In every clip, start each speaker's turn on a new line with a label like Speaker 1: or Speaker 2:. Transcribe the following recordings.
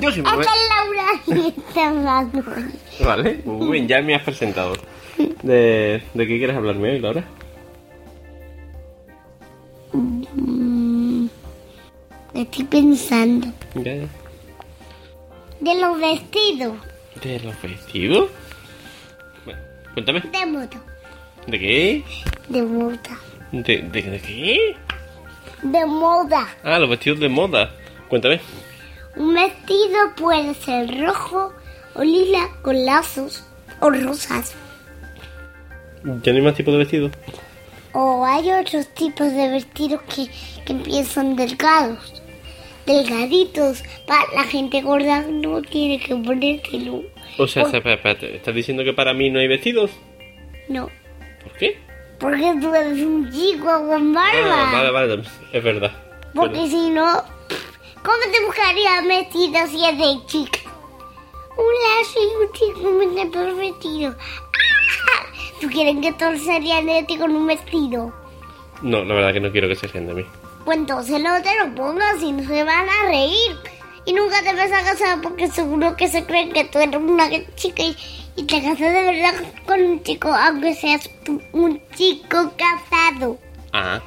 Speaker 1: Yo sí me
Speaker 2: Esta es Laura y esta es Manuel.
Speaker 1: Ah, Vale, muy bien, ya me has presentado. ¿De, de qué quieres hablarme hoy, Laura?
Speaker 2: Estoy pensando.
Speaker 1: Ya, ya.
Speaker 2: De los vestidos
Speaker 1: ¿De los vestidos? Bueno, cuéntame.
Speaker 2: de moda.
Speaker 1: ¿De qué?
Speaker 2: De moda.
Speaker 1: ¿De, de, de qué?
Speaker 2: De moda.
Speaker 1: Ah, los vestidos de moda. Cuéntame.
Speaker 2: Un vestido puede ser rojo o lila con lazos o rosas.
Speaker 1: ¿Ya no hay más tipo de vestidos?
Speaker 2: O hay otros tipos de vestidos que, que empiezan delgados. Delgaditos. Para la gente gorda no tiene que ponérselo.
Speaker 1: O sea, espera, espera, espera, ¿estás diciendo que para mí no hay vestidos?
Speaker 2: No.
Speaker 1: ¿Por qué?
Speaker 2: Porque tú eres un chico con barba.
Speaker 1: Ah, vale, vale, es verdad.
Speaker 2: Porque si no, ¿cómo te buscaría vestido si es de chica? Un lazo y un chico me da por vestido. ¡Ah! ¿Tú quieres que todos serían de ti con un vestido?
Speaker 1: No, la verdad que no quiero que se rían de mí.
Speaker 2: Pues entonces no te lo pongas y no se van a reír. Y nunca te vas a casar porque seguro que se creen que tú eres una chica y, y te casas de verdad con un chico, aunque seas tú un chico casado.
Speaker 1: Ah,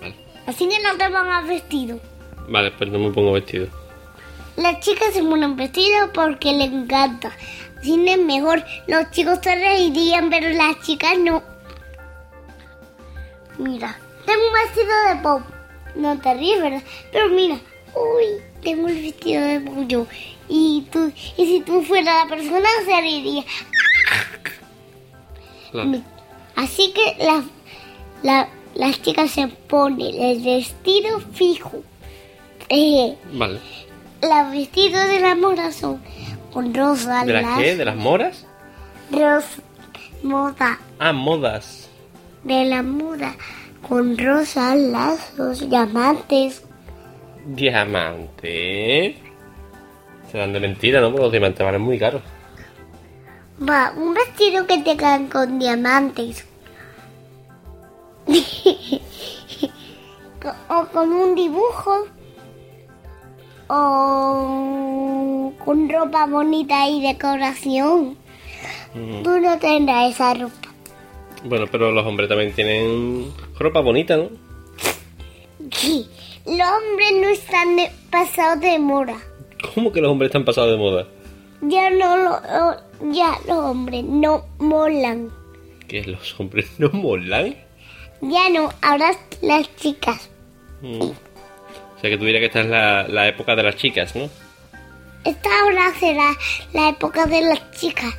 Speaker 1: vale.
Speaker 2: Así que no te pongas vestido.
Speaker 1: Vale, pues no me pongo vestido.
Speaker 2: Las chicas se ponen vestidos porque les encanta. Sin es mejor, los chicos se reirían, pero las chicas no. Mira, tengo un vestido de pop. No te ríes, ¿verdad? Pero mira, uy, tengo el vestido de pop yo. Y, tú, y si tú fueras la persona, se reiría.
Speaker 1: Claro.
Speaker 2: Así que las, la- las chicas se ponen el vestido fijo. Eh,
Speaker 1: Vale.
Speaker 2: los vestidos de la mora son con rosa,
Speaker 1: ¿De las qué? ¿De las moras?
Speaker 2: rosa, moda,
Speaker 1: Ah, modas.
Speaker 2: de la muda, con rosa, lazos, diamantes.
Speaker 1: Diamante. Se dan de mentira, ¿no? Porque los diamantes valen muy caros.
Speaker 2: Va, un vestido que te caen con diamantes. Co- o con un dibujo. O con ropa bonita y decoración.
Speaker 1: Mm.
Speaker 2: Tú no tendrás esa ropa.
Speaker 1: Bueno, pero los hombres también tienen ropa bonita, ¿no?
Speaker 2: Sí, los hombres no están de- pasados de mora.
Speaker 1: ¿Cómo que los hombres están pasados de moda?
Speaker 2: Ya no lo, lo- ya los hombres no molan.
Speaker 1: Que los hombres no molan.
Speaker 2: Ya no, ahora las chicas.
Speaker 1: Mm. O sea que tú dirías que esta es la, la época de las chicas, ¿no?
Speaker 2: Esta ahora será la época de las chicas.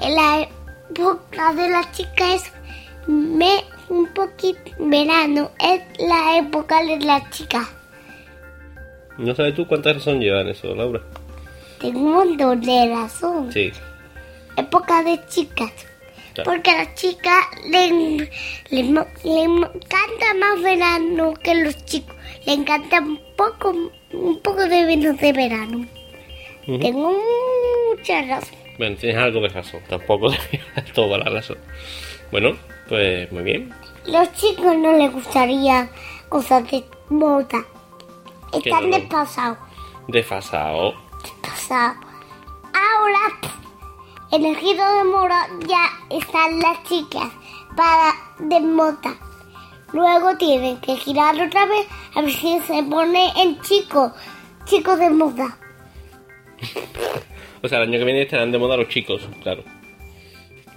Speaker 2: En La época de las chicas es me, un poquito verano. Es la época de las chicas.
Speaker 1: No sabes tú cuántas razón llevan eso, Laura.
Speaker 2: Tengo un montón de razón.
Speaker 1: Sí.
Speaker 2: Época de chicas.
Speaker 1: Claro.
Speaker 2: Porque a las chicas les, les mo- les mo- encanta más verano que a los chicos. Le encanta un poco, un poco de menos de verano.
Speaker 1: Ujú.
Speaker 2: Tengo mucha razón.
Speaker 1: Bueno, tienes algo de razón. Tampoco tienes toda la razón. Bueno, pues muy bien.
Speaker 2: Los chicos no les gustaría cosas de moda.
Speaker 1: Qué
Speaker 2: Están
Speaker 1: dolor.
Speaker 2: despasados.
Speaker 1: Desfasado.
Speaker 2: despasados. Ahora, en el giro de moro ya están las chicas para de moda. Luego tienen que girar otra vez a ver si se pone el chico. Chico de moda.
Speaker 1: O sea, el año que viene estarán de moda los chicos, claro.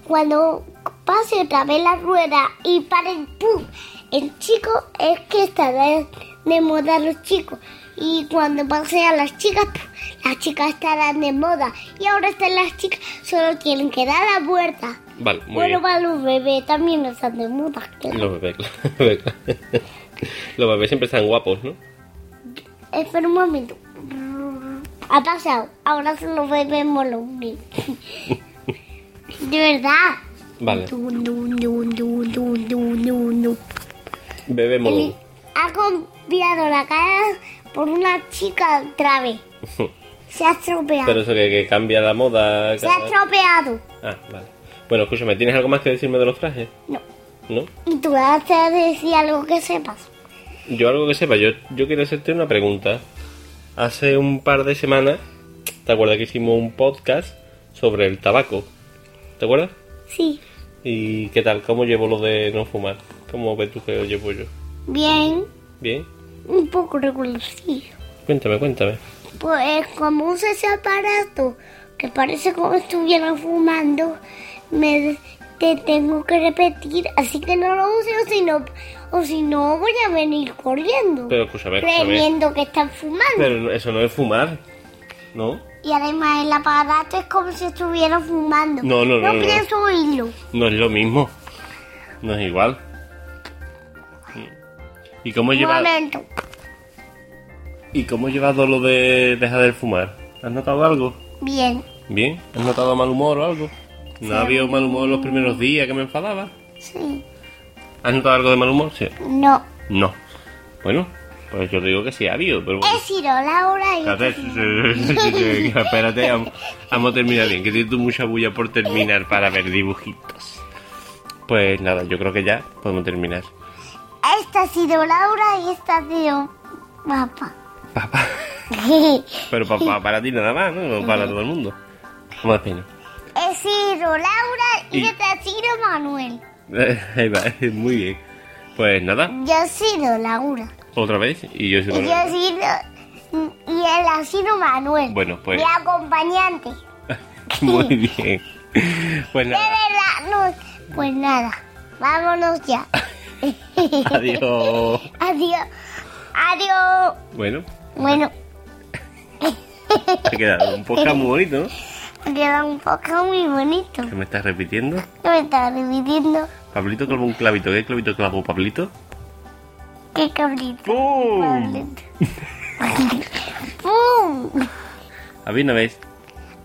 Speaker 2: Cuando pase otra vez la rueda y para el pum, el chico es que estará de moda los chicos. Y cuando pase a las chicas, ¡pum! las chicas estarán de moda. Y ahora están las chicas, solo tienen que dar la vuelta.
Speaker 1: Vale, muy
Speaker 2: bueno,
Speaker 1: bien.
Speaker 2: para los bebés también están de moda. claro.
Speaker 1: Los bebés, claro. Los bebés siempre están guapos, ¿no?
Speaker 2: Espera un momento. Ha pasado, ahora solo bebemos los niños. De verdad.
Speaker 1: Vale.
Speaker 2: Dun, dun, dun, dun, dun, dun, dun, dun.
Speaker 1: Bebé
Speaker 2: Él
Speaker 1: molón.
Speaker 2: ha cambiado la cara por una chica otra vez. Se ha estropeado.
Speaker 1: Pero eso que, que cambia la moda.
Speaker 2: Se ha
Speaker 1: cada-
Speaker 2: estropeado.
Speaker 1: Ah, vale. Bueno, escúchame, ¿tienes algo más que decirme de los trajes?
Speaker 2: No.
Speaker 1: ¿No?
Speaker 2: Y tú vas a decir algo que sepas.
Speaker 1: Yo algo que sepa, yo, yo quiero hacerte una pregunta. Hace un par de semanas, ¿te ¿Te acuerdas que hicimos un podcast sobre el tabaco? ¿Te acuerdas?
Speaker 2: Sí.
Speaker 1: ¿Y qué tal? ¿Cómo llevo lo de no fumar? ¿Cómo ves tú que lo llevo yo?
Speaker 2: Bien,
Speaker 1: ¿Bien?
Speaker 2: un poco regular, sí.
Speaker 1: Cuéntame, cuéntame.
Speaker 2: Pues como usa ese aparato que parece como estuviera fumando, me de- te tengo que repetir, así que no lo use o si no, o si no voy a venir corriendo,
Speaker 1: Pero escúchame, escúchame.
Speaker 2: creyendo que están fumando.
Speaker 1: Pero eso no es fumar, ¿no?
Speaker 2: Y además el aparato es como si estuviera fumando.
Speaker 1: No, no, no, no.
Speaker 2: pienso oírlo.
Speaker 1: No es lo mismo. No es igual. ¿Y cómo
Speaker 2: Un
Speaker 1: llevas
Speaker 2: momento.
Speaker 1: ¿Y cómo llevas lo de dejar de fumar? ¿Has notado algo?
Speaker 2: Bien,
Speaker 1: ¿Bien? ¿Has notado mal humor o algo? ¿No ha habido mal humor los primeros días que me enfadaba?
Speaker 2: sí.
Speaker 1: ¿Has notado algo de mal humor? Sí.
Speaker 2: No.
Speaker 1: No. Bueno, pues yo digo que sí ha habido, pero bueno.
Speaker 2: He sido la hora y...
Speaker 1: A ver, sí, sí, sí, sí, sí, espérate, vamos, vamos a terminar bien, que tienes tú mucha bulla por terminar para ver dibujitos. Pues nada, yo creo que ya podemos terminar.
Speaker 2: Esta ha sido Laura y esta ha sido papá.
Speaker 1: Papá. Pero pa- pa- para ti nada más, ¿no? Para todo el mundo. Vamos a pena.
Speaker 2: He sido Laura y,
Speaker 1: Y-
Speaker 2: esta ha sido Manuel.
Speaker 1: Ahí va, muy bien. Pues nada,
Speaker 2: Yo he sido Laura.
Speaker 1: otra vez y yo soy
Speaker 2: Y yo he sido... Y él ha sido Manuel.
Speaker 1: Bueno, pues-
Speaker 2: Mi acompañante.
Speaker 1: Muy bien. Pues
Speaker 2: De
Speaker 1: nada,
Speaker 2: verdad, no... Pues nada, vámonos ya.
Speaker 1: adiós.
Speaker 2: Adiós. Adiós.
Speaker 1: Bueno,
Speaker 2: Bueno,
Speaker 1: ha quedado un podcast muy bonito, ¿no?
Speaker 2: queda un poco muy bonito.
Speaker 1: ¿Qué me estás repitiendo?
Speaker 2: Me está dividiendo.
Speaker 1: Pablito clavó un clavito. ¿Qué clavito clavó Pablito?
Speaker 2: Qué cabrito.
Speaker 1: ¡Pum!
Speaker 2: ¡Pum!
Speaker 1: A ver una vez.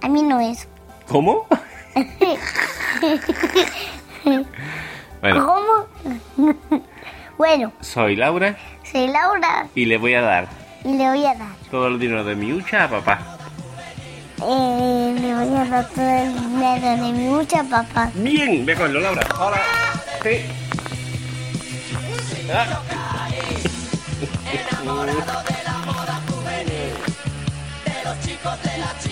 Speaker 2: A mí no es.
Speaker 1: ¿Cómo? Bueno,
Speaker 2: ¿Cómo? bueno,
Speaker 1: soy Laura
Speaker 2: soy Laura
Speaker 1: y le voy a dar
Speaker 2: y le voy a dar.
Speaker 1: todo el dinero de mi hucha a papá.
Speaker 2: Eh, le voy a dar todo el dinero de mi mucha papá.
Speaker 1: Bien, ve con lo, Laura. Ahora, sí. Ah.
Speaker 3: los chicos de la chica.